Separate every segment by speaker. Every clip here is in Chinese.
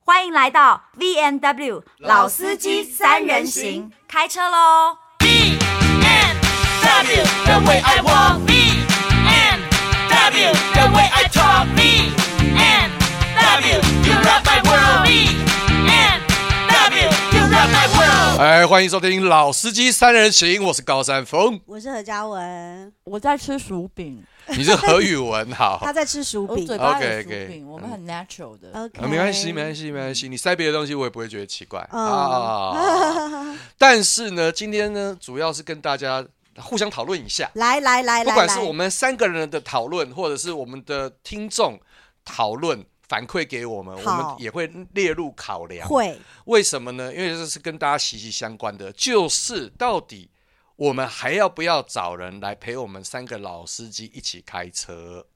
Speaker 1: 欢迎来到 V N W 老司机三人行，开车喽！
Speaker 2: B and W, the way I walk. B and W, the way I talk. B and W, you rock my world. B and W, you rock my world.
Speaker 3: 哎，欢迎收听《老司机三人行》，我是高山 峰，
Speaker 4: 我是何嘉文，
Speaker 5: 我在吃薯饼，
Speaker 3: 你是何宇文，
Speaker 4: 他
Speaker 3: 好，
Speaker 4: 在吃薯
Speaker 5: 我
Speaker 4: 饼。嗯
Speaker 5: 嘴巴
Speaker 3: OK，OK
Speaker 5: 有薯饼，
Speaker 3: 嗯
Speaker 5: 我们很 natural 的。
Speaker 4: OK，、
Speaker 3: 啊没关系，没关系，没关系，你塞别的东西我也不会觉得奇怪
Speaker 4: 嗯
Speaker 3: 啊。 但是呢，今天呢，主要是跟大家互相讨论一下，
Speaker 4: 来来来来，
Speaker 3: 不管是
Speaker 4: 来
Speaker 3: 我们三个人的讨论，或者是我们的听众讨论。反馈给我们，我
Speaker 4: 好
Speaker 3: 们也会列入考量。
Speaker 4: 会
Speaker 3: 为什么呢？因为这是跟大家息息相关的，就是到底我们还要不要找人来陪我们三个老司机一起开车？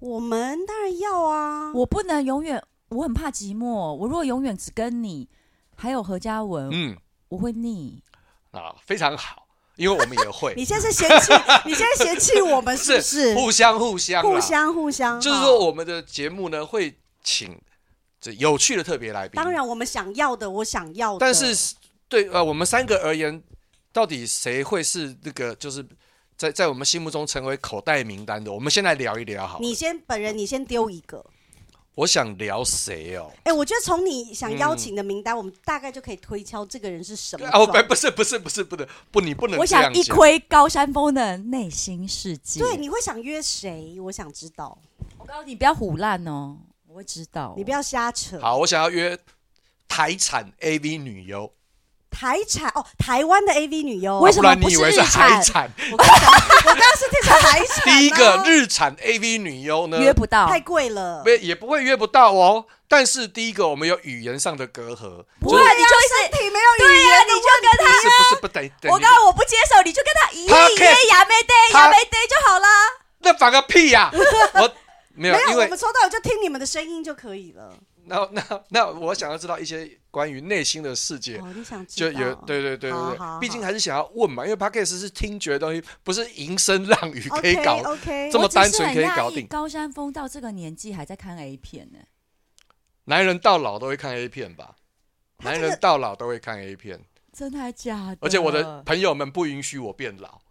Speaker 4: 我们当然要啊。
Speaker 5: 我不能永远，我很怕寂寞。我如果永远只跟你，还有何嘉文，
Speaker 3: 嗯，
Speaker 5: 我会腻。
Speaker 3: 啊，非常好，因为我们也
Speaker 4: 你
Speaker 3: 会
Speaker 4: 现在是嫌 弃，你现在嫌弃我们是不是？
Speaker 3: 互相互相啦
Speaker 4: 互相啊互相，
Speaker 3: 就是
Speaker 4: 好
Speaker 3: 说我们的节目呢会请这有趣的特别来宾，
Speaker 4: 当，然我们想要的，我想要的。
Speaker 3: 但是对呃我们三个而言，到底谁会是那个就是在在我们心目中成为口袋名单的？我们先来聊一聊好了，
Speaker 4: 你先本人，你先丢一个。
Speaker 3: 我想聊谁哦？
Speaker 4: 哎、我觉得从你想邀请的名单，我们大概就可以推敲这个人是什么
Speaker 3: 哦，
Speaker 4: 状态。
Speaker 3: 不，不是，不是，不是，不能，不，你不能
Speaker 5: 我
Speaker 3: 这样
Speaker 5: 想一
Speaker 3: 讲。
Speaker 5: 窥高山峰的内心世界。
Speaker 4: 对，，你会想约谁？我想知
Speaker 3: 哦
Speaker 4: 道，
Speaker 5: 我告诉你，不要胡乱哦，我会知道。
Speaker 4: 你不要瞎扯。
Speaker 3: 好，我想要约台产 AV 女优，
Speaker 4: 台产哦，台湾的 AV 女优，
Speaker 5: 为什
Speaker 3: 啊不
Speaker 5: 么
Speaker 3: 然
Speaker 5: 不
Speaker 3: 你以
Speaker 5: 是
Speaker 3: 为
Speaker 5: 日
Speaker 3: 是海
Speaker 5: 产？
Speaker 3: 产？
Speaker 4: 我刚刚我刚刚是听成台产、啊。
Speaker 3: 第一个日产 AV 女优呢，
Speaker 5: 约不到，
Speaker 4: 太贵了
Speaker 3: 不。也不会约不到哦。但是第一个我们有语言上的隔阂，
Speaker 5: 不
Speaker 3: 就
Speaker 5: 会，啊
Speaker 3: 是
Speaker 5: 你就是
Speaker 4: 身体没有
Speaker 5: 对
Speaker 4: 语
Speaker 5: 呀、
Speaker 4: 言
Speaker 5: 你就跟
Speaker 3: 不
Speaker 5: 他。
Speaker 3: 是不是不等等
Speaker 5: 我
Speaker 3: 你
Speaker 5: 告，诉你我不接受，你就跟他一
Speaker 3: 他
Speaker 5: 夜一夜亚美呆
Speaker 3: 他
Speaker 5: 亚美呆就好啦。
Speaker 3: 那反个屁 呀！我没有，
Speaker 4: 没
Speaker 3: 因
Speaker 4: 有，我
Speaker 3: 为
Speaker 4: 们抽到啊就听你们的声音就可以了。
Speaker 3: 那那那我想要知道一些关于内心的世界。
Speaker 4: 哦，你想知
Speaker 3: 就
Speaker 4: 道？
Speaker 3: 有对对对对
Speaker 4: 好
Speaker 3: 对
Speaker 4: 好，好
Speaker 3: 毕竟还是想要问嘛，因为 podcast 是听觉的东西，不是吟声浪语可以搞
Speaker 4: OK OK，
Speaker 3: 这么
Speaker 5: 我只是
Speaker 3: 单纯可以
Speaker 5: 很讶
Speaker 3: 搞
Speaker 5: 异
Speaker 3: 定
Speaker 5: 高山峰到这个年纪还在看 A 片呢、
Speaker 3: 男人到老都会看 A 片吧？
Speaker 4: 他
Speaker 3: 男
Speaker 4: 这个
Speaker 3: 人到老都会看 A 片，
Speaker 5: 真的还假的？
Speaker 3: 而且我
Speaker 4: 嗯
Speaker 3: 的朋友们不允许我变老。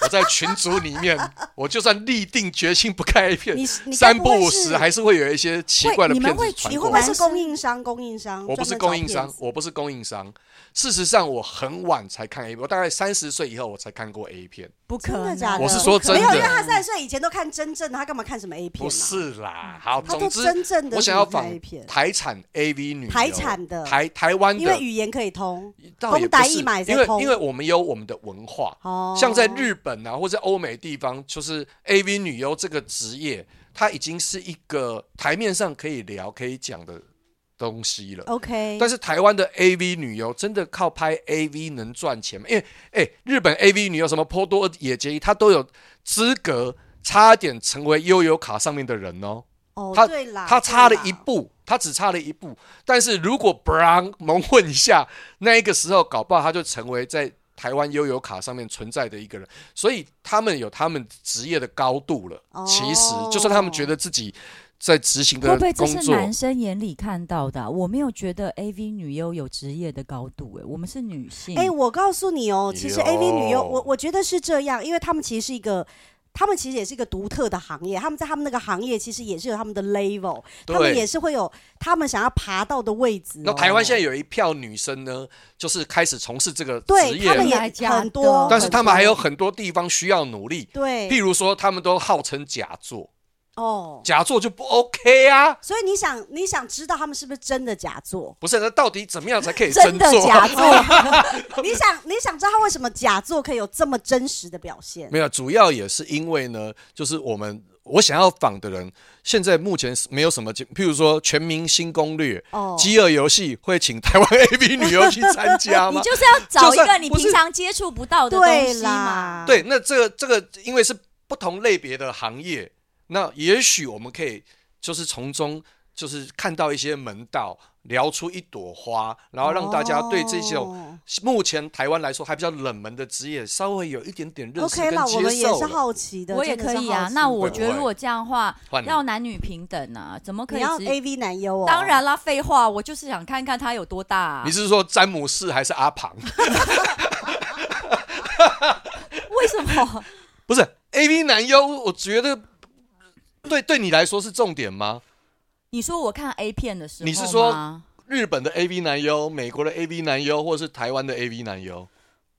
Speaker 3: 我在群组里面，我就算立定决心不看 A 片，
Speaker 4: 你是你该
Speaker 3: 三
Speaker 4: 不
Speaker 3: 不
Speaker 4: 会
Speaker 3: 五
Speaker 4: 是
Speaker 3: 时还是会有一些奇怪的
Speaker 5: 会你们
Speaker 3: 片子
Speaker 5: 会
Speaker 3: 传
Speaker 4: 你
Speaker 3: 过
Speaker 4: 会不
Speaker 3: 来
Speaker 4: 会。是供应商？供应商？
Speaker 3: 我不是
Speaker 4: 专
Speaker 3: 供
Speaker 4: 门
Speaker 3: 应
Speaker 4: 找骗
Speaker 3: 商
Speaker 4: 子，
Speaker 3: 我不是供应商。事实上，我很晚才看 A 片，我大概三十岁以后我才看过 A 片。
Speaker 5: 不
Speaker 4: 真
Speaker 5: 可能，
Speaker 4: 的假的？
Speaker 3: 我是说真的
Speaker 4: 没有，因为他三十岁以前都看真正的，他干嘛看什么 A 片？啊
Speaker 3: 不，是啦，好，
Speaker 4: 嗯他
Speaker 3: 总
Speaker 4: 都
Speaker 3: 之
Speaker 4: 真正的
Speaker 3: 我想要
Speaker 4: 是看
Speaker 3: 仿
Speaker 4: A 片
Speaker 3: 台产 AV 女优，
Speaker 4: 台产的
Speaker 3: 台台湾
Speaker 4: 因为
Speaker 3: 的，
Speaker 4: 语言可以通。
Speaker 3: 倒也
Speaker 4: 公
Speaker 3: 不
Speaker 4: 打
Speaker 3: 是，
Speaker 4: 一买才
Speaker 3: 因为
Speaker 4: 通
Speaker 3: 因为我们有我们的文化，
Speaker 4: 哦，
Speaker 3: 像在日本啊，或者欧美地方，就是 AV 女优这个职业，它已经是一个台面上可以聊、可以讲的东西了。
Speaker 4: OK，
Speaker 3: 但是台湾的 AV 女优真的靠拍 AV 能赚钱吗？因为哎，日本 AV 女优什么波多野结衣，她都有资格，差点成为悠游卡上面的人哦。
Speaker 4: 哦，
Speaker 3: 他
Speaker 4: 对啦，
Speaker 3: 他差了
Speaker 4: 对啦
Speaker 3: 一。步，他只差了一步。但是如果 Brown 蒙混一下，那一个时候搞不好他就成为在台湾悠游卡上面存在的一个人。所以他们有他们职业的高度了。
Speaker 4: 哦
Speaker 3: 其实，就算他们觉得自己在执行
Speaker 5: 会
Speaker 3: 的
Speaker 5: 不会这
Speaker 3: 工
Speaker 5: 是
Speaker 3: 作，
Speaker 5: 男生啊眼里看到的啊、我没有觉得 AV 女优有职业的高度、哎，我们是女 性。
Speaker 4: 哎、我告诉你哦，其实 AV 女优，
Speaker 3: 哟
Speaker 4: 我我觉得是这样，因为他们其实是一个。他们其实也是一个独特的行业，他们在他们那个行业其实也是有他们的 level，
Speaker 3: 对
Speaker 4: 他们也是会有他们想要爬到的位置哦、
Speaker 3: 那台湾现在有一票女生呢，就是开始从事这个
Speaker 4: 对
Speaker 3: 职
Speaker 4: 他
Speaker 3: 业
Speaker 4: 们
Speaker 3: 了，
Speaker 5: 来
Speaker 4: 也
Speaker 5: 加
Speaker 4: 很
Speaker 5: 的
Speaker 4: 多，
Speaker 3: 但是他们还有
Speaker 4: 多
Speaker 3: 很多地方需要努力。譬
Speaker 4: 对
Speaker 3: 如说，他们都号称假作，
Speaker 4: 哦，
Speaker 3: 假作就不 OK 啊。
Speaker 4: 所以你想你想知道他们是不是真的假作？
Speaker 3: 不是，那到底怎么样才可以
Speaker 5: 真的
Speaker 3: 做？
Speaker 5: 假作？
Speaker 4: 你想你想知道他为什么假作可以有这么真实的表现？
Speaker 3: 没有，主要也是因为呢，就是我们我想要访的人，现在目前是没有什么节，譬如说《全明星攻略》
Speaker 4: 哦
Speaker 3: 饥饿游戏》会请台湾 AV 女优去参加
Speaker 5: 你
Speaker 3: 吗？
Speaker 5: 就是要找
Speaker 3: 就
Speaker 5: 一个
Speaker 3: 算
Speaker 5: 你
Speaker 3: 不是
Speaker 5: 平常接触不到的
Speaker 4: 对
Speaker 5: 东西嘛。
Speaker 4: 啦，，
Speaker 3: 对，那这个这个，因为是不同类别的行业，那也许我们可以就是从中就是看到一些门道，聊出一朵花，然后让大家对这种
Speaker 4: 哦
Speaker 3: 目前台湾来说还比较冷门的职业稍微有一点点认识
Speaker 4: OK
Speaker 3: 跟
Speaker 4: 啦，我们
Speaker 3: 接
Speaker 4: 也
Speaker 3: 受
Speaker 4: 是
Speaker 3: 了。
Speaker 4: 好奇的，
Speaker 5: 我也
Speaker 4: 真的
Speaker 5: 可
Speaker 4: 是
Speaker 5: 以啊
Speaker 4: 好。奇
Speaker 5: 那
Speaker 4: 的
Speaker 5: 我
Speaker 3: 对
Speaker 5: 觉得如果这样的话
Speaker 3: 换，你
Speaker 5: 要男女平等啊，怎么可
Speaker 4: 你
Speaker 5: 以
Speaker 4: 要
Speaker 5: 只？
Speaker 4: AV 男优哦，
Speaker 5: 当然啦，废话，我就是想看看他有多大、啊
Speaker 3: 你。是说詹姆斯还是阿庞？
Speaker 5: 为什么？
Speaker 3: 不是 A V 男优，我觉得对对你来说是重点吗？
Speaker 5: 你说我看 A 片的时候吗，
Speaker 3: 你是说日本的 A V 男优、美国的 A V 男优，或者是台湾的 A V 男优，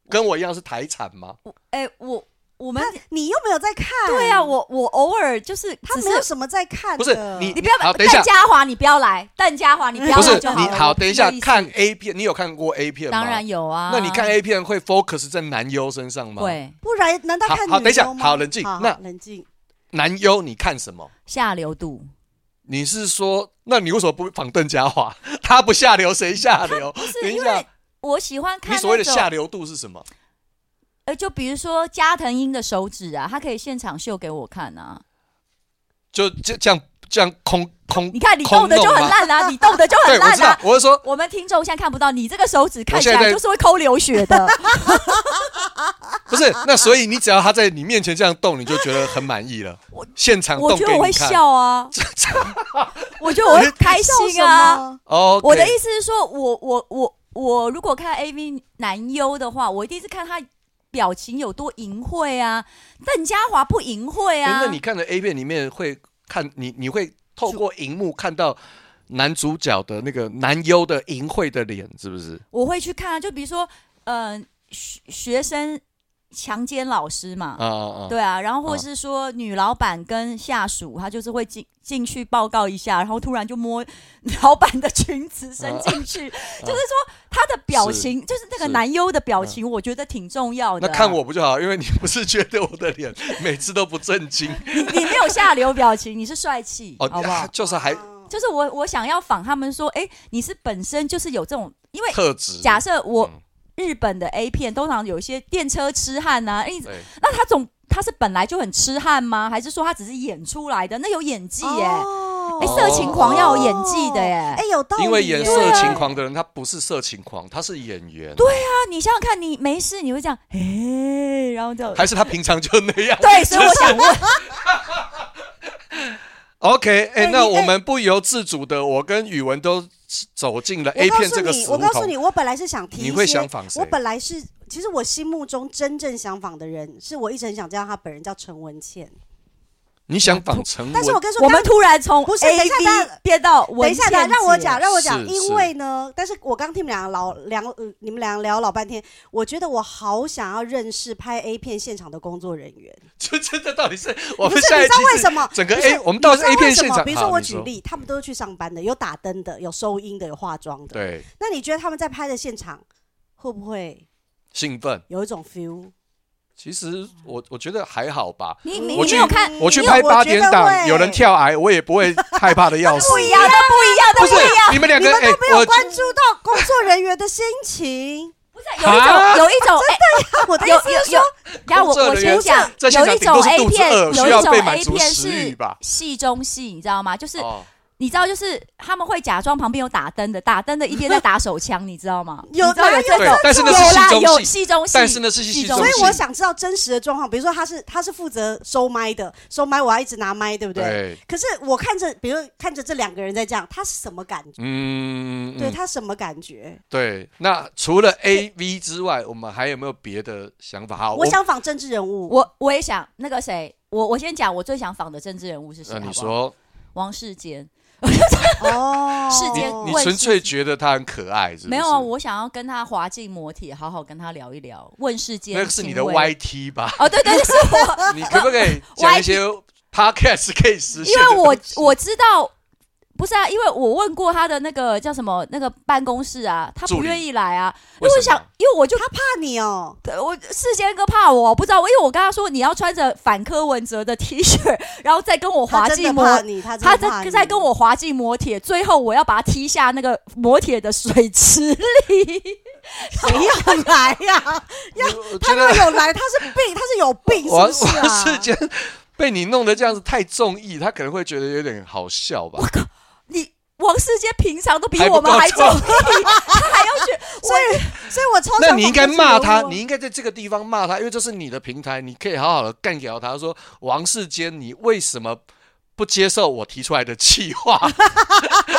Speaker 3: 跟我一样是台产吗？
Speaker 5: 我？哎、我我们
Speaker 4: 你又没有在看，
Speaker 5: 对啊，我我偶尔就是，
Speaker 4: 他
Speaker 5: 只
Speaker 4: 没有
Speaker 5: 是
Speaker 4: 什么在看
Speaker 3: 不
Speaker 4: 的，
Speaker 3: 是你
Speaker 5: 你不要
Speaker 3: 好等一下
Speaker 5: 邓家华，你不要来，邓家华，你不要
Speaker 3: 不是
Speaker 5: 来就
Speaker 3: 你
Speaker 5: 了。
Speaker 3: 好，等一下
Speaker 5: 我不是这个意思
Speaker 3: 看 A 片，你有看过 A 片吗？
Speaker 5: 当然有啊。
Speaker 3: 那你看 A 片会 focus 在男优身上吗？，
Speaker 5: 会
Speaker 4: 不然难道
Speaker 3: 好
Speaker 4: 看
Speaker 3: 好等一下
Speaker 4: 女优吗
Speaker 3: 好冷静
Speaker 4: 好
Speaker 3: 那
Speaker 4: 冷静，
Speaker 3: 男优你看什么？
Speaker 5: 下流度，
Speaker 3: 你是说，那你为什么不仿邓家华？ 他不下流，谁下流？
Speaker 5: 不是
Speaker 3: 等一
Speaker 5: 因
Speaker 3: 下
Speaker 5: 为，我喜欢看
Speaker 3: 你
Speaker 5: 那
Speaker 3: 所谓的
Speaker 5: 种
Speaker 3: 下流度是什么？
Speaker 5: 呃，就比如说加藤鹰的手指啊，他可以现场秀给我看啊。
Speaker 3: 就这这样这样空空，
Speaker 5: 你看你动的就
Speaker 3: 空
Speaker 5: 很
Speaker 3: 弄吗
Speaker 5: 烂啊，你动的就
Speaker 3: 对，
Speaker 5: 很
Speaker 3: 我
Speaker 5: 烂
Speaker 3: 知道
Speaker 5: 啊，。
Speaker 3: 我是说，
Speaker 5: 我们听众现在看不到，你这个手指看起
Speaker 3: 我现在
Speaker 5: 来
Speaker 3: 在
Speaker 5: 就是会抠流 血的。
Speaker 3: 不是，那所以你只要他在你面前这样动，你就觉得很满意了。现场
Speaker 5: 我
Speaker 3: 动
Speaker 5: 觉
Speaker 3: 给
Speaker 5: 得
Speaker 3: 你
Speaker 5: 我会
Speaker 3: 看。
Speaker 5: 笑啊，我觉得我会开心啊。
Speaker 3: 哦，
Speaker 5: 我的意思是说，我我我我如果看 AV 男优的话，我一定是看他表情有多淫秽啊。邓家华不淫秽
Speaker 3: 诶
Speaker 5: 啊，
Speaker 3: 那你看的 A 片里面会看你，你会透过荧幕看到男主角的那个男优的淫秽的脸，是不是？
Speaker 5: 我会去看啊。就比如说，嗯、学学生强奸老师嘛，
Speaker 3: 啊啊啊！
Speaker 5: 对啊，然后或
Speaker 3: 嗯
Speaker 5: 是说女老板跟下属，她就是会进进去报告一下，然后突然就摸 老板的裙子伸进去，就是说她的表情，就是那个
Speaker 3: 啊是嗯
Speaker 5: 男优的表情，我觉得挺重要的
Speaker 3: 那
Speaker 5: 啊。
Speaker 3: 看我不就好？因为你不是觉得我的脸每次都不正经
Speaker 5: 你，你没有下流表情，你是帅气，
Speaker 3: 哦，
Speaker 5: 好不
Speaker 3: 啊
Speaker 5: 好？
Speaker 3: 就是还
Speaker 5: 就是我我想要仿他们说，哎，你是本身就是有这种，因为
Speaker 3: 特质。
Speaker 5: 假设我
Speaker 3: 嗯
Speaker 5: 日本的 A 片通常有一些电车痴汉呐、啊，
Speaker 4: 嗯
Speaker 5: 一直
Speaker 3: 对，
Speaker 5: 那他总他是本来就很痴汉吗？还是说他只是演出来的？那有演技耶、
Speaker 4: 哦
Speaker 5: 哎、色情狂要有演技的耶、
Speaker 4: 哎，有道理耶，
Speaker 3: 因为演色
Speaker 5: 对啊
Speaker 3: 情狂的人，他不是色情狂，他是演员。
Speaker 5: 那啊你想想看，你没事你会这样，哎、然后就
Speaker 3: 还是他平常就那样。
Speaker 5: 对，所以我想问，
Speaker 3: OK，哎、
Speaker 4: 哎
Speaker 3: 那
Speaker 4: 你
Speaker 3: 我
Speaker 4: 哎
Speaker 3: 们不由自主的，我跟宇文都走进了 A
Speaker 4: 我告
Speaker 3: 片
Speaker 4: 诉
Speaker 3: 这个
Speaker 4: 你，
Speaker 3: 死
Speaker 4: 我
Speaker 3: 胡
Speaker 4: 告诉
Speaker 3: 同
Speaker 4: 你，。我本来是想提一些，
Speaker 3: 你会想仿谁
Speaker 4: 我本来是，其实我心目中真正想仿的人，是我一直很想见到他本人，叫陈文茜。
Speaker 3: 你想仿成文？
Speaker 4: 但是我跟你说，
Speaker 5: 我们
Speaker 4: 刚
Speaker 5: 突然从
Speaker 4: 不是
Speaker 5: A
Speaker 4: 等一下大
Speaker 5: V
Speaker 4: 家
Speaker 5: 变到
Speaker 4: 等
Speaker 5: 文
Speaker 4: 一下，
Speaker 5: 倩
Speaker 4: 来让我
Speaker 5: 姐
Speaker 4: 讲，让我讲，
Speaker 3: 是
Speaker 4: 因为呢，但是我刚听你们俩老聊，呃你们俩聊老半天，我觉得我好想要认识拍 A 片现场的工作人员。
Speaker 3: 这这这到底是我
Speaker 4: 不
Speaker 3: 们
Speaker 4: 是
Speaker 3: 下
Speaker 4: 你
Speaker 3: 一
Speaker 4: 知道
Speaker 3: 集
Speaker 4: 为
Speaker 3: 是
Speaker 4: 什么
Speaker 3: 整个
Speaker 4: 不是
Speaker 3: A 我们到
Speaker 4: 你知道为
Speaker 3: A 片
Speaker 4: 什
Speaker 3: 现
Speaker 4: 么
Speaker 3: 场，
Speaker 4: 比如说
Speaker 3: 好
Speaker 4: 我
Speaker 3: 你
Speaker 4: 举例，他们都是去上班的，有打灯的，有收音的，有化妆的。
Speaker 3: 对
Speaker 4: 那你觉得他们在拍的现场会不会
Speaker 3: 兴奋，
Speaker 4: 有一种 feel？
Speaker 3: 其实我我觉得还好吧。
Speaker 5: 你你
Speaker 3: 我
Speaker 5: 你
Speaker 3: 去
Speaker 5: 没有看，
Speaker 3: 我去
Speaker 4: 哎因为
Speaker 3: 拍
Speaker 4: 我
Speaker 3: 八
Speaker 4: 觉得
Speaker 3: 点档，
Speaker 4: 会
Speaker 3: 有人跳崖，我也不会害怕的要死。
Speaker 5: 不一样的，不
Speaker 3: 不
Speaker 5: 一样的，不
Speaker 3: 是
Speaker 5: 一样。
Speaker 3: 你们两
Speaker 4: 你
Speaker 3: 个，
Speaker 4: 们
Speaker 3: 哎
Speaker 4: 都没，有
Speaker 3: 我
Speaker 4: 关注到工作人员的心情。
Speaker 5: 有一
Speaker 3: 啊
Speaker 5: 种有一种
Speaker 4: 我的啊
Speaker 5: 哎，
Speaker 4: 意
Speaker 5: 有
Speaker 4: 思
Speaker 5: 有
Speaker 4: 是说，
Speaker 5: 有，等下我
Speaker 3: 工作
Speaker 5: 我
Speaker 3: 人员
Speaker 5: 先讲，
Speaker 3: 在现
Speaker 5: 有
Speaker 3: 场
Speaker 5: 一
Speaker 3: 顶多
Speaker 5: 种
Speaker 3: 是
Speaker 5: A
Speaker 3: 肚子
Speaker 5: 片，
Speaker 3: 饿
Speaker 5: 有
Speaker 3: 需要
Speaker 5: 一种
Speaker 3: 被满
Speaker 5: A
Speaker 3: 足
Speaker 5: 片
Speaker 3: 食欲
Speaker 5: 是
Speaker 3: 吧
Speaker 5: 戏中戏，你知道吗？就是
Speaker 3: 哦
Speaker 5: 你知道，就是他们会假装旁边有打灯的，打灯的一边在打手枪，你知道吗？
Speaker 4: 有
Speaker 5: 你知道
Speaker 4: 哪
Speaker 5: 有
Speaker 4: 有
Speaker 5: 这
Speaker 3: 对
Speaker 5: 种，，
Speaker 3: 但是那
Speaker 5: 有
Speaker 3: 是戏
Speaker 5: 啦，有
Speaker 3: 中戏，
Speaker 5: 戏中戏，
Speaker 3: 但是那是戏中
Speaker 4: 所
Speaker 3: 戏。
Speaker 4: 以我想知道真实的状况。比如说，他是他是负责收麦的，收麦我要一直拿麦，对不对？
Speaker 3: 对，
Speaker 4: 可是我看着，比如看着这两个人在这样，他是什么感觉？
Speaker 3: 嗯，
Speaker 4: 对他什么感觉？
Speaker 3: 对，那除了 A V 之外，我们还有没有别的想法？好，
Speaker 4: 我想仿政治人物，
Speaker 5: 我我也想那个谁，我我先讲我最想仿的政治人物是谁？
Speaker 3: 呃，
Speaker 5: 好
Speaker 3: 你
Speaker 5: 不好？
Speaker 3: 说
Speaker 5: 王世坚。
Speaker 4: 哦，
Speaker 5: 世界
Speaker 3: 你
Speaker 5: 问
Speaker 3: 纯
Speaker 5: 世
Speaker 3: 粹觉得他很可爱，是不是
Speaker 5: 没有啊，我想要跟他滑进摩铁，好好跟他聊一聊，问世间。
Speaker 3: 那个是你的 YT 吧？
Speaker 5: 哦，对对，对是 我，
Speaker 3: 你可不可以讲一些 podcast 可以实现
Speaker 5: 因
Speaker 3: 的
Speaker 5: 为我
Speaker 3: 东西？
Speaker 5: 我知道，不是啊，因为我问过他的那个叫什么那个办公室啊，他
Speaker 3: 助
Speaker 5: 不
Speaker 3: 理
Speaker 5: 愿意来啊，因
Speaker 3: 为
Speaker 5: 为我
Speaker 3: 什么
Speaker 5: 想，因为我就
Speaker 4: 他怕你哦，
Speaker 5: 对我世坚哥怕我，不知道，因为我跟他说你要穿着反柯文哲的 T 恤， 然后再跟我滑
Speaker 4: 他真
Speaker 5: 进
Speaker 4: 的
Speaker 5: 摩
Speaker 4: 怕你，他
Speaker 5: 他
Speaker 4: 真的怕
Speaker 5: 在
Speaker 4: 你
Speaker 5: 在跟我滑进摩铁，最后我要把他踢下那个摩铁的水池里。
Speaker 4: 谁要来啊呀、
Speaker 3: 我觉
Speaker 4: 他如果
Speaker 3: 得
Speaker 4: 有来，他是病，他是有病，是
Speaker 3: 王
Speaker 4: 不是
Speaker 3: 王世
Speaker 4: 啊？
Speaker 3: 坚被你弄得这样子太中意，他可能会觉得有点好笑吧？
Speaker 5: 你王世坚平常都比
Speaker 3: 还不
Speaker 5: 我们
Speaker 3: 够
Speaker 5: 还
Speaker 3: 壮
Speaker 5: 壮，他还要去，
Speaker 4: 所以所以我超
Speaker 3: 那
Speaker 4: 常
Speaker 3: 你
Speaker 4: 跑
Speaker 3: 应该
Speaker 4: 步去
Speaker 3: 骂
Speaker 4: 游
Speaker 3: 他，
Speaker 4: 泳
Speaker 3: 你应该在这个地方骂他，因为这是你的平台，你可以好好的干掉他。说王世坚，你为什么不接受我提出来的计划？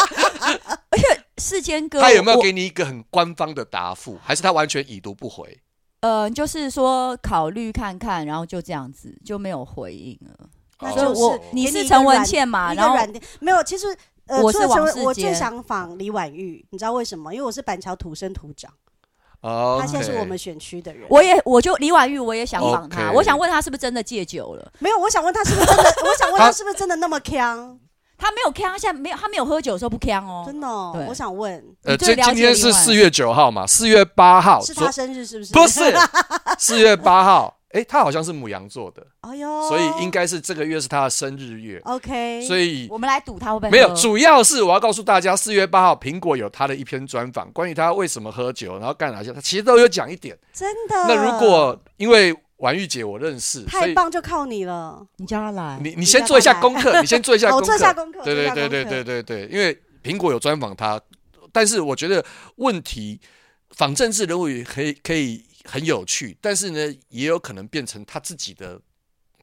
Speaker 5: 世坚哥，
Speaker 3: 他有没有
Speaker 5: 我
Speaker 3: 给你一个很官方的答复，还是他完全已读不回？
Speaker 5: 呃，就是说考虑看看，然后就这样子就没有回应了。
Speaker 4: 那
Speaker 3: 哦
Speaker 5: 所以
Speaker 4: 就是
Speaker 5: 我
Speaker 4: 给
Speaker 5: 你
Speaker 4: 你
Speaker 5: 是
Speaker 4: 一个
Speaker 5: 陈文
Speaker 4: 软
Speaker 5: 茜嘛，
Speaker 4: 一
Speaker 5: 然
Speaker 4: 个
Speaker 5: 后
Speaker 4: 软垫没有，其实呃，
Speaker 5: 我
Speaker 4: 除
Speaker 5: 是
Speaker 4: 了陈
Speaker 5: 王
Speaker 4: 文
Speaker 5: 世
Speaker 4: 我最
Speaker 5: 坚
Speaker 4: 想访李婉玉，你知道为什么？因为我是板桥土生土长，
Speaker 3: 哦，
Speaker 4: 他现在是我们选区的人。
Speaker 5: 我也我就李婉玉，我也想访他
Speaker 3: OK
Speaker 5: 我想问他是不是真的戒酒了？
Speaker 4: 没有，我想问他是不是真的？ 我想问
Speaker 3: 他
Speaker 4: 他是不是真的那么强？
Speaker 5: 他没有呛，他现在没有，他没有喝酒的时候不呛哦。
Speaker 4: 真的哦
Speaker 5: 对，
Speaker 4: 我想问，
Speaker 3: 呃，
Speaker 5: 你最
Speaker 3: 这
Speaker 5: 了解
Speaker 3: 今天是
Speaker 5: 另外
Speaker 3: 四月九号嘛，四月八号，
Speaker 4: 是
Speaker 3: 昨
Speaker 4: 他生日是不是？
Speaker 3: 不是四月八号，诶，他好像是母羊座的，
Speaker 4: 哎呦，
Speaker 3: 所以应该是这个月是他的生日月，
Speaker 4: OK。
Speaker 3: 所以
Speaker 5: 我们来赌他会不会
Speaker 3: 没有，
Speaker 5: 喝
Speaker 3: 主要是我要告诉大家，四月八号苹果有他的一篇专访，关于他为什么喝酒，然后干哪些，他其实都有讲一点。
Speaker 4: 真的，
Speaker 3: 那如果因为婉玉姐我认识，所
Speaker 4: 嗯太
Speaker 3: 以
Speaker 4: 棒就靠你了。
Speaker 5: 你叫他来，
Speaker 3: 你你先做一下功课，你先做一下
Speaker 4: 好
Speaker 3: 功
Speaker 4: 我
Speaker 3: 课，
Speaker 4: 哦做一下功课，
Speaker 3: 对对
Speaker 4: 做一
Speaker 3: 对
Speaker 4: 下
Speaker 3: 对
Speaker 4: 功课
Speaker 3: 对对对，因为苹果有专访他，但是我觉得问题仿政治人物也可以可以很有趣，但是呢，也有可能变成他自己的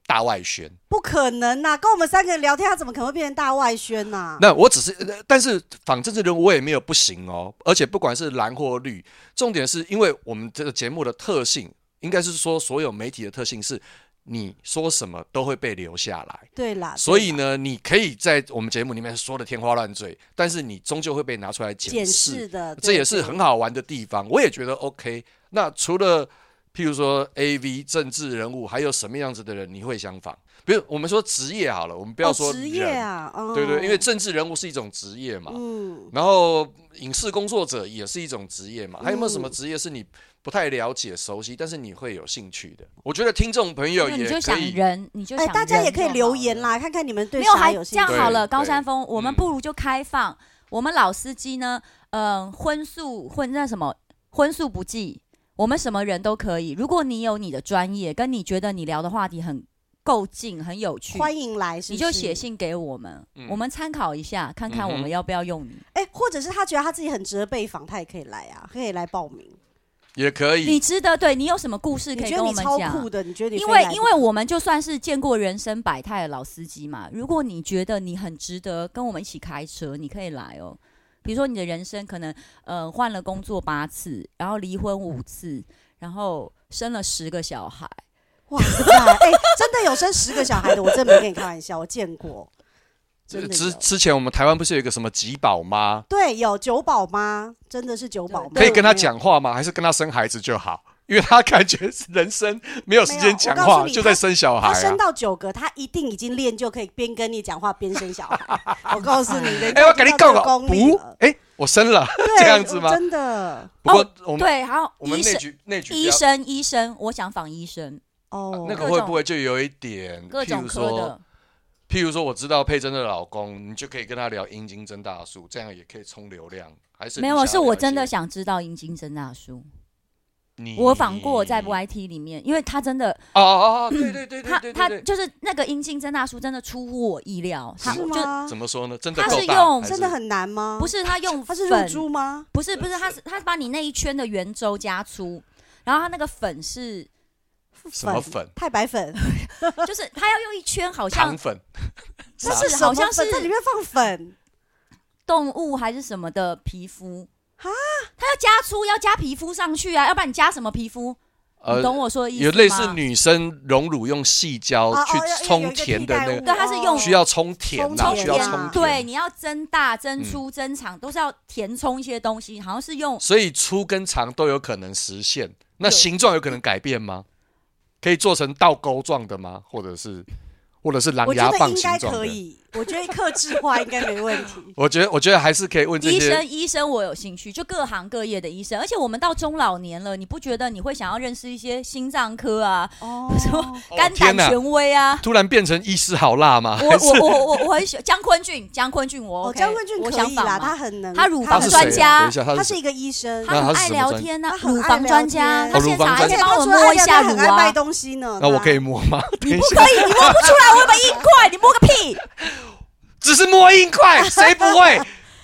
Speaker 3: 大外宣。
Speaker 4: 不可能啊呐！跟我们三个人聊天，他怎么可能会变成大外宣啊呐？
Speaker 3: 那我只是，呃但是仿政治人物我也没有不行哦，而且不管是蓝或绿，重点是因为我们这个节目的特性，应该是说所有媒体的特性是。你说什么都会被留下来，
Speaker 4: 对啦，
Speaker 3: 所以
Speaker 4: 对啦
Speaker 3: 呢，你可以在我们节目里面说的天花乱坠，但是你终究会被拿出来检
Speaker 4: 检
Speaker 3: 视
Speaker 4: 视的，
Speaker 3: 这
Speaker 4: 对
Speaker 3: 也是
Speaker 4: 对
Speaker 3: 很好玩的地方，我也觉得 OK。那除了譬如说 A V 政治人物，还有什么样子的人你会想仿？比如我们说职业好了，我们不要
Speaker 4: 哦
Speaker 3: 说
Speaker 4: 职业
Speaker 3: 人
Speaker 4: 啊，嗯
Speaker 3: 对对，因为政治人物是一种职业嘛，
Speaker 4: 嗯，
Speaker 3: 然后影视工作者也是一种职业嘛，还有没有什
Speaker 4: 嗯
Speaker 3: 么职业是你不太了解、熟悉，但是你会有兴趣的？我觉得听众朋友
Speaker 5: 那你
Speaker 3: 也
Speaker 5: 就
Speaker 3: 可
Speaker 5: 想
Speaker 3: 以，
Speaker 5: 人，你就
Speaker 4: 哎，
Speaker 5: 想
Speaker 4: 大家
Speaker 5: 人
Speaker 4: 也可
Speaker 5: 就
Speaker 4: 以
Speaker 5: 好
Speaker 4: 留
Speaker 5: 了
Speaker 4: 言啦，看看你们对
Speaker 5: 没有，
Speaker 4: 啥
Speaker 5: 还
Speaker 4: 有
Speaker 5: 这
Speaker 4: 兴
Speaker 5: 样
Speaker 4: 趣。
Speaker 5: 好
Speaker 3: 对
Speaker 5: 了，高
Speaker 3: 对
Speaker 5: 山峰，我们
Speaker 3: 嗯
Speaker 5: 不如就开放、我们老司机呢，嗯、荤素荤那什么荤素不忌，我们什么人都可以。如果你有你的专业，跟你觉得你聊的话题很够劲、很有趣，
Speaker 4: 欢迎来，是
Speaker 5: 你
Speaker 4: 不
Speaker 5: 就是写。信给我们，
Speaker 3: 嗯
Speaker 5: 我们参考一下，看看我
Speaker 3: 嗯哼
Speaker 5: 们要不要用你。
Speaker 4: 哎，或者是他觉得他自己很值得被访，他也可以来啊，可以来报名。
Speaker 3: 也可
Speaker 5: 你
Speaker 3: 以。
Speaker 5: 值得，对你有什么故事
Speaker 4: 你
Speaker 5: 可以
Speaker 4: 觉得
Speaker 5: 跟我
Speaker 4: 你
Speaker 5: 们
Speaker 4: 超
Speaker 5: 讲
Speaker 4: 酷？的，你觉得你
Speaker 5: 因
Speaker 4: 非
Speaker 5: 为
Speaker 4: 来
Speaker 5: 因
Speaker 4: 不
Speaker 5: 为
Speaker 4: 可
Speaker 5: 我们就算是见过人生百态的老司机嘛，如果你觉得你很值得跟我们一起开车，你可以来哦。比如说你的人生可能呃换了工作八次，然后离婚五次，然后生了十个小孩，
Speaker 4: 哇塞，哎，真的有生十个小孩的，我真没跟你开玩笑，我见过，真的
Speaker 3: 之
Speaker 4: 有。
Speaker 3: 之前我们台湾不是有一个什么吉宝吗？
Speaker 4: 对，有九宝妈，真的是九宝妈。
Speaker 3: 可以跟他
Speaker 4: 我没有
Speaker 3: 讲话吗？还是跟他生孩子就好？因为他感觉人生没有时间讲
Speaker 4: 没有我告
Speaker 3: 话，
Speaker 4: 诉你
Speaker 3: 就在生小孩
Speaker 4: 他
Speaker 3: 啊
Speaker 4: 生。到九个，他一定已经练就可以边跟你讲话边生小 孩。我告诉你，人
Speaker 3: 哎，
Speaker 4: 家
Speaker 3: 我
Speaker 4: 已
Speaker 3: 跟
Speaker 4: 经
Speaker 3: 你
Speaker 4: 到
Speaker 3: 告
Speaker 4: 这个
Speaker 3: 告，
Speaker 4: 功力
Speaker 3: 不
Speaker 4: 了，
Speaker 3: 哎，我生了，
Speaker 4: 对
Speaker 3: 这样子吗啊
Speaker 4: 真的
Speaker 3: 不过我们
Speaker 5: 哦对，还有
Speaker 3: 我们
Speaker 5: 医
Speaker 3: 内
Speaker 5: 生、
Speaker 3: 局内局比
Speaker 5: 医
Speaker 3: 较
Speaker 5: 生、医生，我想仿医生，
Speaker 4: 哦，
Speaker 3: 那个
Speaker 5: 各
Speaker 3: 会
Speaker 5: 种
Speaker 3: 不会就有一点，
Speaker 5: 各
Speaker 3: 譬
Speaker 5: 种
Speaker 3: 如
Speaker 5: 科
Speaker 3: 说，
Speaker 5: 的。
Speaker 3: 譬如说，我知道佩珍的老公，你就可以跟他聊阴茎增大术，这样也可以充流量，还是
Speaker 5: 没
Speaker 3: 你
Speaker 5: 有，
Speaker 3: 想
Speaker 5: 是
Speaker 3: 要
Speaker 5: 我
Speaker 3: 了
Speaker 5: 真的
Speaker 3: 解
Speaker 5: 想知道阴茎增大术，
Speaker 3: 你
Speaker 5: 我仿过在 YT 里面，因为他真的
Speaker 3: 哦哦哦，对对对
Speaker 5: 他
Speaker 3: 对对
Speaker 5: 他
Speaker 3: 对对，
Speaker 5: 就是那个阴茎增大术，真的出乎我意料。他
Speaker 4: 是
Speaker 5: 就
Speaker 4: 吗？
Speaker 3: 怎么说呢？真的
Speaker 5: 他
Speaker 3: 够
Speaker 5: 是
Speaker 3: 大
Speaker 5: 用
Speaker 3: 还
Speaker 4: 真
Speaker 3: 是
Speaker 4: 的很难吗？
Speaker 5: 不，是他用
Speaker 4: 他
Speaker 5: 粉，
Speaker 4: 是入珠吗？
Speaker 5: 不是不是，他是他把你那一圈的圆周加粗，然后他那个 粉是
Speaker 3: 什么粉？
Speaker 4: 太白粉，
Speaker 5: 就是他要用一圈，好
Speaker 3: 糖
Speaker 5: 像
Speaker 3: 粉，
Speaker 5: 但
Speaker 4: 这
Speaker 5: 是
Speaker 4: 什么
Speaker 5: 好像
Speaker 4: 粉在里
Speaker 5: 是
Speaker 4: 面放粉，
Speaker 5: 动物还是什么的皮肤啊，他要加粗，要加皮肤上去啊，要不然你加什么皮肤？
Speaker 3: 呃
Speaker 5: 你懂我说的意思吗？
Speaker 3: 有类似女生溶乳用细胶
Speaker 4: 哦哦要
Speaker 3: 去
Speaker 4: 要有
Speaker 3: 冲
Speaker 4: 一个
Speaker 3: 甜
Speaker 4: 替
Speaker 3: 的
Speaker 4: 代
Speaker 3: 那
Speaker 4: 物
Speaker 3: 个，
Speaker 5: 对它是用
Speaker 4: 哦
Speaker 3: 需要冲甜
Speaker 4: 冲
Speaker 3: 呐，
Speaker 4: 甜
Speaker 3: 需要嗯
Speaker 4: 呀
Speaker 3: 冲甜。
Speaker 5: 对，你要增大、增粗、增长，都是要填充一些东西，好像是用
Speaker 3: 所以粗跟长都有可能实现。那形状有可能改变吗？可以做成倒钩状的吗？或者是，或者是狼
Speaker 4: 我
Speaker 3: 牙
Speaker 4: 觉得
Speaker 3: 棒
Speaker 4: 应
Speaker 3: 形
Speaker 4: 该
Speaker 3: 状
Speaker 4: 可
Speaker 3: 的？。
Speaker 4: 以，我觉得克制化应该没问题
Speaker 3: 我觉得，我觉得还是可以问这
Speaker 5: 医生，
Speaker 3: 些。
Speaker 5: 医生我有兴趣，就各行各业的医生，而且我们到中老年了，你不觉得你会想要认识一些心脏科啊、
Speaker 4: 哦，
Speaker 5: 什么肝
Speaker 3: 天
Speaker 5: 胆
Speaker 3: 哪
Speaker 5: 权威啊？
Speaker 3: 突然变成医师好辣吗？
Speaker 5: 我我我我我很喜欢江坤俊，江坤俊我
Speaker 4: 哦，
Speaker 5: OK，
Speaker 4: 江坤俊
Speaker 5: 我
Speaker 4: 可
Speaker 5: 想
Speaker 4: 以
Speaker 5: 访
Speaker 4: 啦，
Speaker 5: 嘛
Speaker 4: 他很能，
Speaker 5: 他乳
Speaker 3: 他
Speaker 5: 房
Speaker 3: 是
Speaker 5: 专
Speaker 3: 谁啊？
Speaker 5: 家
Speaker 3: 等一下，他
Speaker 4: 他
Speaker 3: 是
Speaker 4: 是
Speaker 3: 谁
Speaker 4: 一个医生，
Speaker 5: 他
Speaker 3: 那他
Speaker 5: 很
Speaker 3: 是
Speaker 5: 爱
Speaker 3: 什么
Speaker 5: 聊
Speaker 3: 专
Speaker 5: 天呐、
Speaker 4: 他很
Speaker 5: 乳
Speaker 4: 爱
Speaker 5: 房
Speaker 4: 聊
Speaker 5: 专
Speaker 4: 天
Speaker 5: 家，
Speaker 4: 他
Speaker 5: 他
Speaker 3: 乳
Speaker 5: 现
Speaker 3: 房
Speaker 5: 场还
Speaker 3: 专
Speaker 5: 可以
Speaker 3: 家
Speaker 5: 帮我
Speaker 4: 除了爱
Speaker 5: 摸一
Speaker 4: 聊
Speaker 5: 下
Speaker 4: 天
Speaker 5: 乳
Speaker 4: 很爱卖
Speaker 5: 啊。
Speaker 4: 东西呢。
Speaker 3: 那我
Speaker 4: 对啊
Speaker 3: 可以摸吗？等一
Speaker 5: 不
Speaker 3: 下，
Speaker 5: 可以，你摸不出来，我有没有硬块？你摸个屁！
Speaker 3: 只是摸音快，谁不会？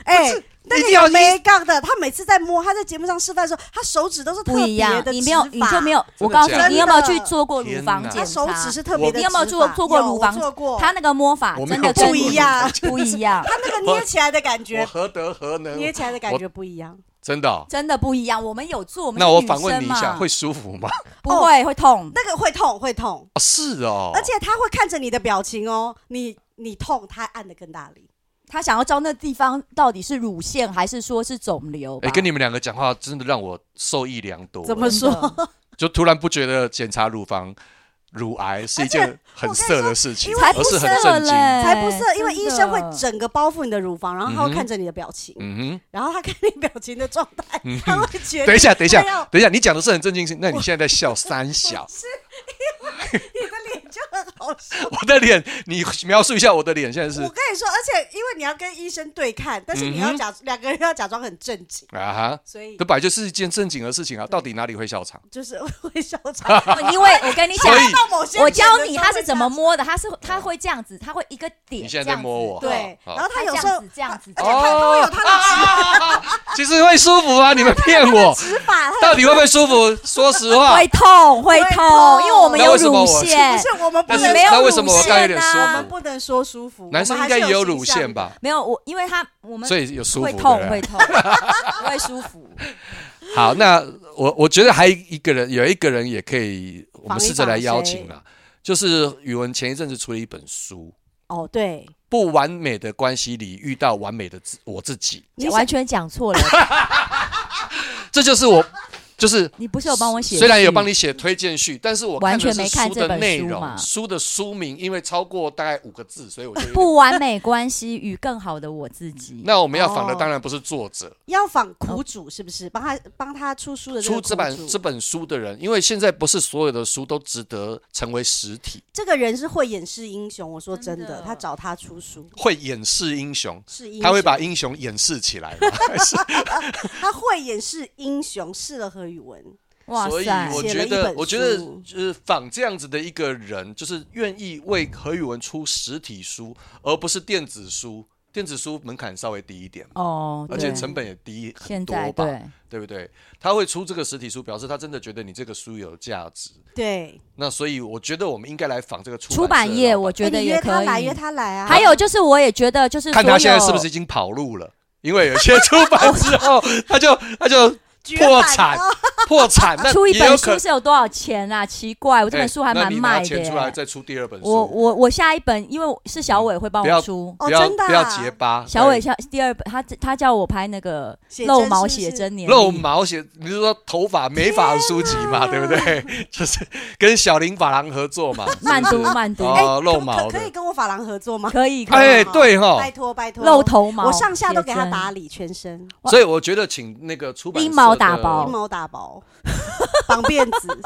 Speaker 4: 哎、那
Speaker 3: 一
Speaker 4: 个
Speaker 3: 定要
Speaker 4: 有
Speaker 3: 一
Speaker 4: 没杠的，他每次在摸，他在节目上示范的时候，他手指都是特
Speaker 5: 不一
Speaker 4: 别
Speaker 5: 样
Speaker 4: 的，
Speaker 5: 你没有，
Speaker 4: 指
Speaker 5: 你
Speaker 4: 法
Speaker 5: 就没有。我
Speaker 3: 真的
Speaker 5: 告诉
Speaker 3: 假的
Speaker 5: 你，你有没有去做过乳
Speaker 3: 天
Speaker 5: 房
Speaker 3: 哪
Speaker 5: 检
Speaker 4: 他手
Speaker 5: 查
Speaker 4: 指？是特别的指法。
Speaker 5: 你有没有做做过
Speaker 4: 有
Speaker 5: 乳
Speaker 4: 我
Speaker 5: 房
Speaker 4: 做过，
Speaker 5: 他那个摸法
Speaker 3: 我没
Speaker 5: 真
Speaker 3: 有
Speaker 5: 的
Speaker 3: 做
Speaker 5: 跟
Speaker 4: 不
Speaker 3: 过
Speaker 4: 一样，
Speaker 5: 不一样，
Speaker 4: 他那个捏起来的感
Speaker 3: 我
Speaker 4: 觉，
Speaker 3: 何德何能？
Speaker 4: 捏起来的感觉不一样。
Speaker 3: 真的哦、
Speaker 5: 真的不一样。我们有做，我们
Speaker 3: 那我
Speaker 5: 是女
Speaker 3: 反问
Speaker 5: 生
Speaker 3: 你一下，
Speaker 5: 嘛
Speaker 3: 会舒服吗？
Speaker 5: 不会会痛？
Speaker 4: 那个会痛，会痛，
Speaker 3: 哦是哦，
Speaker 4: 而且他会看着你的表情哦，你你痛，他按的更大力。
Speaker 5: 他想要知道那地方到底是乳腺还是说是肿瘤吧？
Speaker 3: 哎、跟你们两个讲话真的让我受益良多。
Speaker 4: 怎么
Speaker 5: 真的
Speaker 3: 就突然不觉得检查乳房、乳癌是一件很色的事情，
Speaker 4: 而且
Speaker 5: 才
Speaker 3: 而
Speaker 5: 不
Speaker 3: 是
Speaker 5: 是
Speaker 3: 很震惊。
Speaker 5: 嘞，
Speaker 4: 才不是，因为
Speaker 5: 哎真
Speaker 4: 医
Speaker 5: 的
Speaker 4: 生会整个包覆你的乳房，然后他
Speaker 3: 嗯
Speaker 4: 会
Speaker 3: 哼
Speaker 4: 看着你的表情，
Speaker 3: 嗯
Speaker 4: 然后他看你表情的状态，
Speaker 3: 嗯
Speaker 4: 他会
Speaker 3: 哼，
Speaker 4: 觉得
Speaker 3: 等一下，等一下
Speaker 4: 哎呦，
Speaker 3: 等一下，你讲的是很震惊，那你现在在笑三小？
Speaker 4: 你的脸就很好笑。
Speaker 3: 我的脸，你描述一下我的脸现在
Speaker 4: 我
Speaker 3: 是
Speaker 4: 跟你说，而且因为你要跟医生对看，但是你要
Speaker 3: 嗯
Speaker 4: 假两个人要假装很正经，
Speaker 3: 啊哈，
Speaker 4: 所以
Speaker 3: 这本来就是一件正经的事情啊，到底哪里会笑场？
Speaker 4: 就是会笑 场。
Speaker 5: 因 为我跟你讲
Speaker 3: 所以，
Speaker 4: 到某些
Speaker 5: 我
Speaker 4: 点
Speaker 5: 教
Speaker 4: 的时候
Speaker 5: 你他是怎么
Speaker 4: 会
Speaker 5: 摸的，他是他会这样子，他会一个点。
Speaker 3: 你现在在摸我，
Speaker 4: 这样子
Speaker 3: 好
Speaker 4: 对，
Speaker 3: 好
Speaker 4: 然后他有时候
Speaker 5: 这样子这样
Speaker 4: 而且
Speaker 5: 子
Speaker 4: 他他会有他的指
Speaker 3: 哦，其实会舒服啊，你们骗我，
Speaker 4: 指法，他
Speaker 3: 到底会不会舒服？说实 话
Speaker 5: 会，痛，会
Speaker 4: 会
Speaker 5: 痛
Speaker 4: 痛，
Speaker 5: 因为我们有
Speaker 3: 那为什么
Speaker 5: 乳
Speaker 3: 我
Speaker 4: 不，
Speaker 5: 腺
Speaker 4: 是我们不
Speaker 3: 但是
Speaker 4: 能
Speaker 5: 没有
Speaker 3: 那为什么
Speaker 5: 乳
Speaker 3: 我刚刚有点
Speaker 5: 腺
Speaker 3: 舒
Speaker 5: 啊
Speaker 4: 我们
Speaker 3: 服？
Speaker 4: 不能说舒服，
Speaker 3: 男生
Speaker 4: 我
Speaker 3: 应
Speaker 4: 们还
Speaker 3: 该也
Speaker 4: 是
Speaker 3: 有
Speaker 4: 有
Speaker 3: 乳
Speaker 4: 形象
Speaker 3: 腺吧？
Speaker 5: 没有我，因为他我们
Speaker 3: 所以有舒服
Speaker 5: 会
Speaker 3: 对
Speaker 5: 痛，
Speaker 3: 不对
Speaker 5: 会痛， 不会舒 服。
Speaker 3: 好，那我我觉得还一个人，有一个人也可以，我们试着来邀请啦。就是宇文前一阵子出了一本书，
Speaker 4: 的？哦，对，
Speaker 3: 《不完美的关系里遇到完美的自我自己
Speaker 4: 你
Speaker 5: 完全讲错 了，》，
Speaker 3: 这就是我，就是
Speaker 5: 你不是有帮我写？
Speaker 3: 虽然有帮，你写推荐序，但是我看
Speaker 5: 完
Speaker 3: 的
Speaker 5: 全
Speaker 3: 是
Speaker 5: 没看
Speaker 3: 书
Speaker 5: 这
Speaker 3: 的
Speaker 5: 本
Speaker 3: 内
Speaker 5: 书
Speaker 3: 容，
Speaker 5: 嘛
Speaker 3: 书的书名，因为超过大概五个字，所以我就有点
Speaker 5: 不完美关系与更好的我自己。
Speaker 3: 那我们要访的
Speaker 4: 哦
Speaker 3: 当然不是作者，
Speaker 4: 要仿
Speaker 5: 哦
Speaker 4: 苦主是不是？帮他帮他出书的
Speaker 3: 出
Speaker 4: 个
Speaker 3: 这
Speaker 4: 苦
Speaker 3: 本
Speaker 4: 主，
Speaker 3: 这本书的人，因为现在不是所有的书都值得成为实体，
Speaker 4: 这个人是会掩饰英雄。我说真
Speaker 5: 真
Speaker 4: 的
Speaker 5: 的，
Speaker 4: 他找他出书
Speaker 3: 会掩饰英雄，
Speaker 4: 是英雄，
Speaker 3: 他会把英雄掩饰起来嘛。
Speaker 4: 他会掩饰英雄，试了何宇 文，
Speaker 5: 哇
Speaker 3: 所以
Speaker 5: 塞，
Speaker 3: 我
Speaker 4: 写
Speaker 3: 觉
Speaker 4: 了一
Speaker 3: 得，
Speaker 4: 本
Speaker 3: 我觉得
Speaker 4: 书
Speaker 3: 就是仿这样子的一个人，就是愿意为何宇文出实体书，而不是电子书。电子书门槛稍微低一点嘛，
Speaker 5: 哦，
Speaker 3: 而且
Speaker 5: 对
Speaker 3: 成本也低很
Speaker 5: 现
Speaker 3: 多
Speaker 5: 在
Speaker 3: 吧，
Speaker 5: 对
Speaker 3: 对不对？他会出这个实体书，表示他真的觉得你这个书有价值。
Speaker 4: 对，
Speaker 3: 那所以我觉得我们应该来仿这个出
Speaker 5: 出
Speaker 3: 版
Speaker 5: 版
Speaker 3: 社
Speaker 5: 业，
Speaker 3: 的老
Speaker 5: 我
Speaker 3: 板
Speaker 5: 觉
Speaker 4: 哎
Speaker 5: 得
Speaker 4: 你
Speaker 5: 也
Speaker 4: 约
Speaker 5: 可
Speaker 4: 他来，
Speaker 5: 以
Speaker 4: 约。他来啊。
Speaker 5: 还有就是，我也觉得就是
Speaker 3: 看
Speaker 5: 所
Speaker 3: 他现在是不
Speaker 5: 有
Speaker 3: 是已经跑路了。因为有些出版之 后，他就他就
Speaker 4: 绝版哦
Speaker 3: 破产，破产，那
Speaker 5: 啊出一
Speaker 3: 也有
Speaker 5: 本
Speaker 3: 可
Speaker 5: 书是有多少钱啊？奇怪，我这本
Speaker 3: 哎
Speaker 5: 书还
Speaker 3: 那
Speaker 5: 蛮
Speaker 3: 你拿
Speaker 5: 卖的
Speaker 3: 钱出来
Speaker 5: 耶。
Speaker 3: 再出第二本书，嗯
Speaker 5: 我哦我我下一本，因为是小伟会帮
Speaker 3: 不要
Speaker 5: 我出，
Speaker 4: 哦
Speaker 3: 不要
Speaker 4: 真的啊
Speaker 3: 不要结巴，哎
Speaker 5: 小伟
Speaker 3: 对
Speaker 5: 下第二本，他他叫我拍那个
Speaker 4: 写真
Speaker 5: 露毛
Speaker 4: 是不
Speaker 5: 写
Speaker 4: 是
Speaker 5: 真年历
Speaker 3: 露毛写，你是说头发美发书籍嘛，对不对？ 就是跟小林法郎合作嘛，是不是
Speaker 5: 啊 慢读慢读，
Speaker 4: 哎
Speaker 3: 哦，露
Speaker 4: 可
Speaker 3: 毛
Speaker 4: 可可以
Speaker 3: 的，
Speaker 4: 跟我法郎合作吗？
Speaker 5: 可以可 以
Speaker 3: 哎，对哈
Speaker 4: 拜，托拜托，
Speaker 5: 露头毛，
Speaker 4: 我上下都给他
Speaker 5: 写真
Speaker 4: 打理全身，
Speaker 5: 哇
Speaker 3: 所以我觉得请那个出版社
Speaker 5: 拎毛打
Speaker 3: 的
Speaker 5: 包。
Speaker 4: 一毛打薄，绑辫子，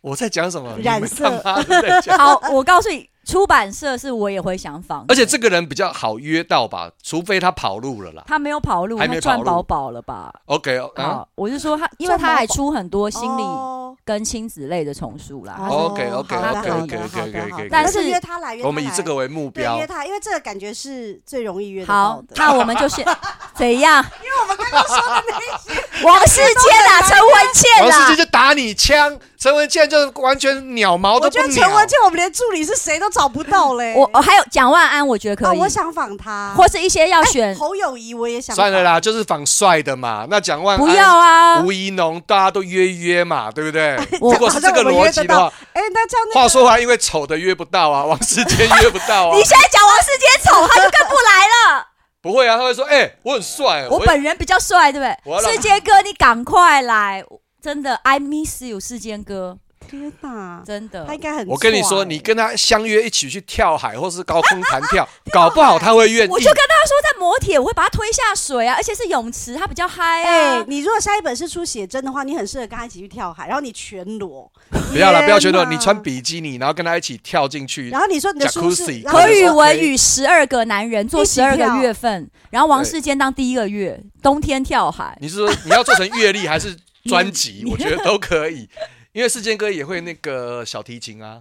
Speaker 3: 我在讲什么？你
Speaker 4: 染
Speaker 3: 们
Speaker 4: 色
Speaker 3: 他妈的在讲
Speaker 5: 好，我告诉你，出版社是我也会想仿的，
Speaker 3: 而且这个人比较好约到吧，除非他跑路了啦。
Speaker 5: 他没有跑路，
Speaker 3: 还没
Speaker 5: 他赚
Speaker 3: 跑路
Speaker 5: 饱饱了吧？
Speaker 3: OK，啊
Speaker 5: 啊，我是说他，因为
Speaker 4: 赚
Speaker 5: 他还
Speaker 4: 饱饱
Speaker 5: 出很多 心理
Speaker 4: 哦
Speaker 5: 跟亲子类的丛书啦。
Speaker 4: 哦
Speaker 3: ，OK，OK，OK，OK，OK，OK，OK，OK，OK，OK，OK，
Speaker 4: 好的
Speaker 5: 好的
Speaker 3: 可
Speaker 4: 好的
Speaker 3: 以可以
Speaker 4: 好的
Speaker 3: 可以可以
Speaker 5: 但
Speaker 4: 但是
Speaker 5: 是
Speaker 4: 约他来，约他
Speaker 3: 我们以这个
Speaker 4: 来
Speaker 3: 为目
Speaker 4: 对约
Speaker 3: 标，
Speaker 4: 他，因为这个感觉是最容易约得到
Speaker 5: 好
Speaker 4: 的，。
Speaker 5: 那我们就是 怎样？因为我们刚刚说的那些，王世坚啊，陈文
Speaker 3: 王
Speaker 5: 茜
Speaker 3: 世
Speaker 5: 啦
Speaker 3: 坚，就打你枪，陈文健就是完全鸟毛都不
Speaker 4: 我觉得陈
Speaker 3: 鸟
Speaker 4: 文健，我们连助理是谁都找不到嘞。
Speaker 5: 我哦我还有蒋万安，我觉得
Speaker 4: 啊，
Speaker 5: 可以，
Speaker 4: 我想哎仿他，
Speaker 5: 或是一些要选，
Speaker 4: 侯友谊，我也想
Speaker 3: 算了
Speaker 4: 仿。
Speaker 3: 啦，就是仿帅的嘛。那蒋万安
Speaker 5: 不要啊，
Speaker 3: 吴怡农，大家都约约嘛，对不 对？
Speaker 5: 我
Speaker 3: 如果是这个逻辑的话，
Speaker 4: 哎，那这样那
Speaker 3: 话说回来，因为丑的约不到 啊，王世坚约不到啊
Speaker 5: 你，现在讲王世坚丑，他就更不来了。
Speaker 3: 不会啊，他会说，哎， 我很帅，
Speaker 5: 我本人比较帅，对不
Speaker 3: 我要
Speaker 5: 对？
Speaker 3: 让
Speaker 5: 世坚哥，你赶快来！真的，I miss you，世坚哥，
Speaker 4: 天哪，
Speaker 5: 真的
Speaker 4: 他。应该很
Speaker 3: 我跟你
Speaker 4: 挫
Speaker 3: 说，
Speaker 4: 欸
Speaker 3: 你跟他相约一起去跳海，或是高空弹 跳，搞不好他会愿意
Speaker 5: 我。就跟他说，在磨铁，我会把他推下水啊，而且是泳池，他比较嗨
Speaker 4: 哎
Speaker 5: 啊，。
Speaker 4: 你如果下一本是出写真的话，你很适合跟他一起去跳海，然后你全裸，
Speaker 3: 不要了，不要觉得
Speaker 4: 天哪
Speaker 3: 你穿比基尼，然后跟他一起跳进去
Speaker 4: 然。后你说你的书是
Speaker 3: Jacuzzi，
Speaker 4: 然后
Speaker 5: 何
Speaker 4: 你
Speaker 5: 宇
Speaker 4: 说
Speaker 5: 文
Speaker 3: 哎
Speaker 5: 与十二个男人做
Speaker 4: 一起
Speaker 5: 十
Speaker 4: 跳
Speaker 5: 二个月份，然后王世坚当第一个月，冬天跳海。
Speaker 3: 你是说你要做成阅历还是专辑？
Speaker 5: 你
Speaker 3: 我觉得都可以，因为世坚哥也会那个小提琴啊，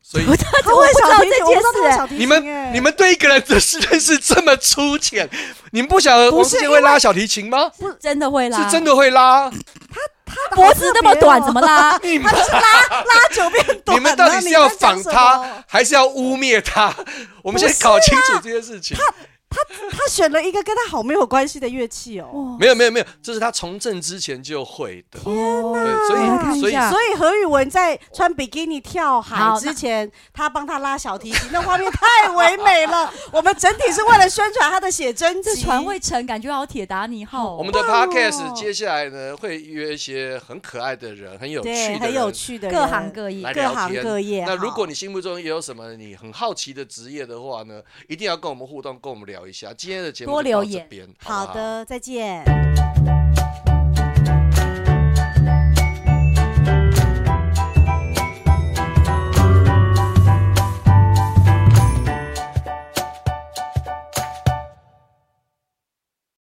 Speaker 3: 所以
Speaker 4: 他会小提琴，
Speaker 5: 这
Speaker 4: 我不
Speaker 5: 件
Speaker 4: 知道他会
Speaker 5: 事
Speaker 4: 小提琴
Speaker 3: 你们
Speaker 4: 哎
Speaker 3: 你们对一个人的认识这么粗浅，你们不晓得
Speaker 4: 不
Speaker 3: 王
Speaker 4: 是
Speaker 3: 世坚
Speaker 4: 因
Speaker 3: 会
Speaker 4: 为
Speaker 3: 拉小提琴吗？
Speaker 5: 是真的会拉，
Speaker 3: 是真的会拉，
Speaker 5: 脖子那么短怎么拉？
Speaker 3: 你们
Speaker 4: 拉久变短了。
Speaker 3: 你们到底是要仿
Speaker 4: 你在讲什
Speaker 3: 他
Speaker 4: 么？，
Speaker 3: 还是要污蔑他？我们先
Speaker 4: 不是啊
Speaker 3: 搞清楚这件事情。
Speaker 4: 他选了一个跟他好没有关系的乐器哦。
Speaker 5: 哇
Speaker 3: 没有没有没有，这是他从政之前就会的。对，所
Speaker 5: 我来看
Speaker 3: 以
Speaker 5: 一
Speaker 3: 所以
Speaker 5: 下
Speaker 4: 所以何宇文在穿比基尼跳海
Speaker 5: 好
Speaker 4: 之前，他帮他拉小提琴，那画面太唯美了。我们整体是为了宣传他的写真
Speaker 5: 这
Speaker 4: 集，
Speaker 5: 船会沉，感觉好铁达尼号哦。
Speaker 3: 我们的
Speaker 4: 棒哦
Speaker 3: podcast 接下来呢，会约一些很可爱的人，很有趣的
Speaker 4: 对
Speaker 3: 人，
Speaker 4: 很有趣的人，
Speaker 5: 各行各业
Speaker 3: 来，
Speaker 4: 各
Speaker 3: 聊
Speaker 4: 行
Speaker 3: 天
Speaker 4: 各业
Speaker 3: 那如
Speaker 4: 哈
Speaker 3: 果你心目中也有什么你很好奇的职业的话呢，一定要跟我们互动，跟我们聊一下。今天的节目
Speaker 5: 多
Speaker 3: 就到
Speaker 5: 留
Speaker 3: 这
Speaker 5: 言
Speaker 3: 边，好
Speaker 4: 好
Speaker 3: 不好。
Speaker 4: 的，再见。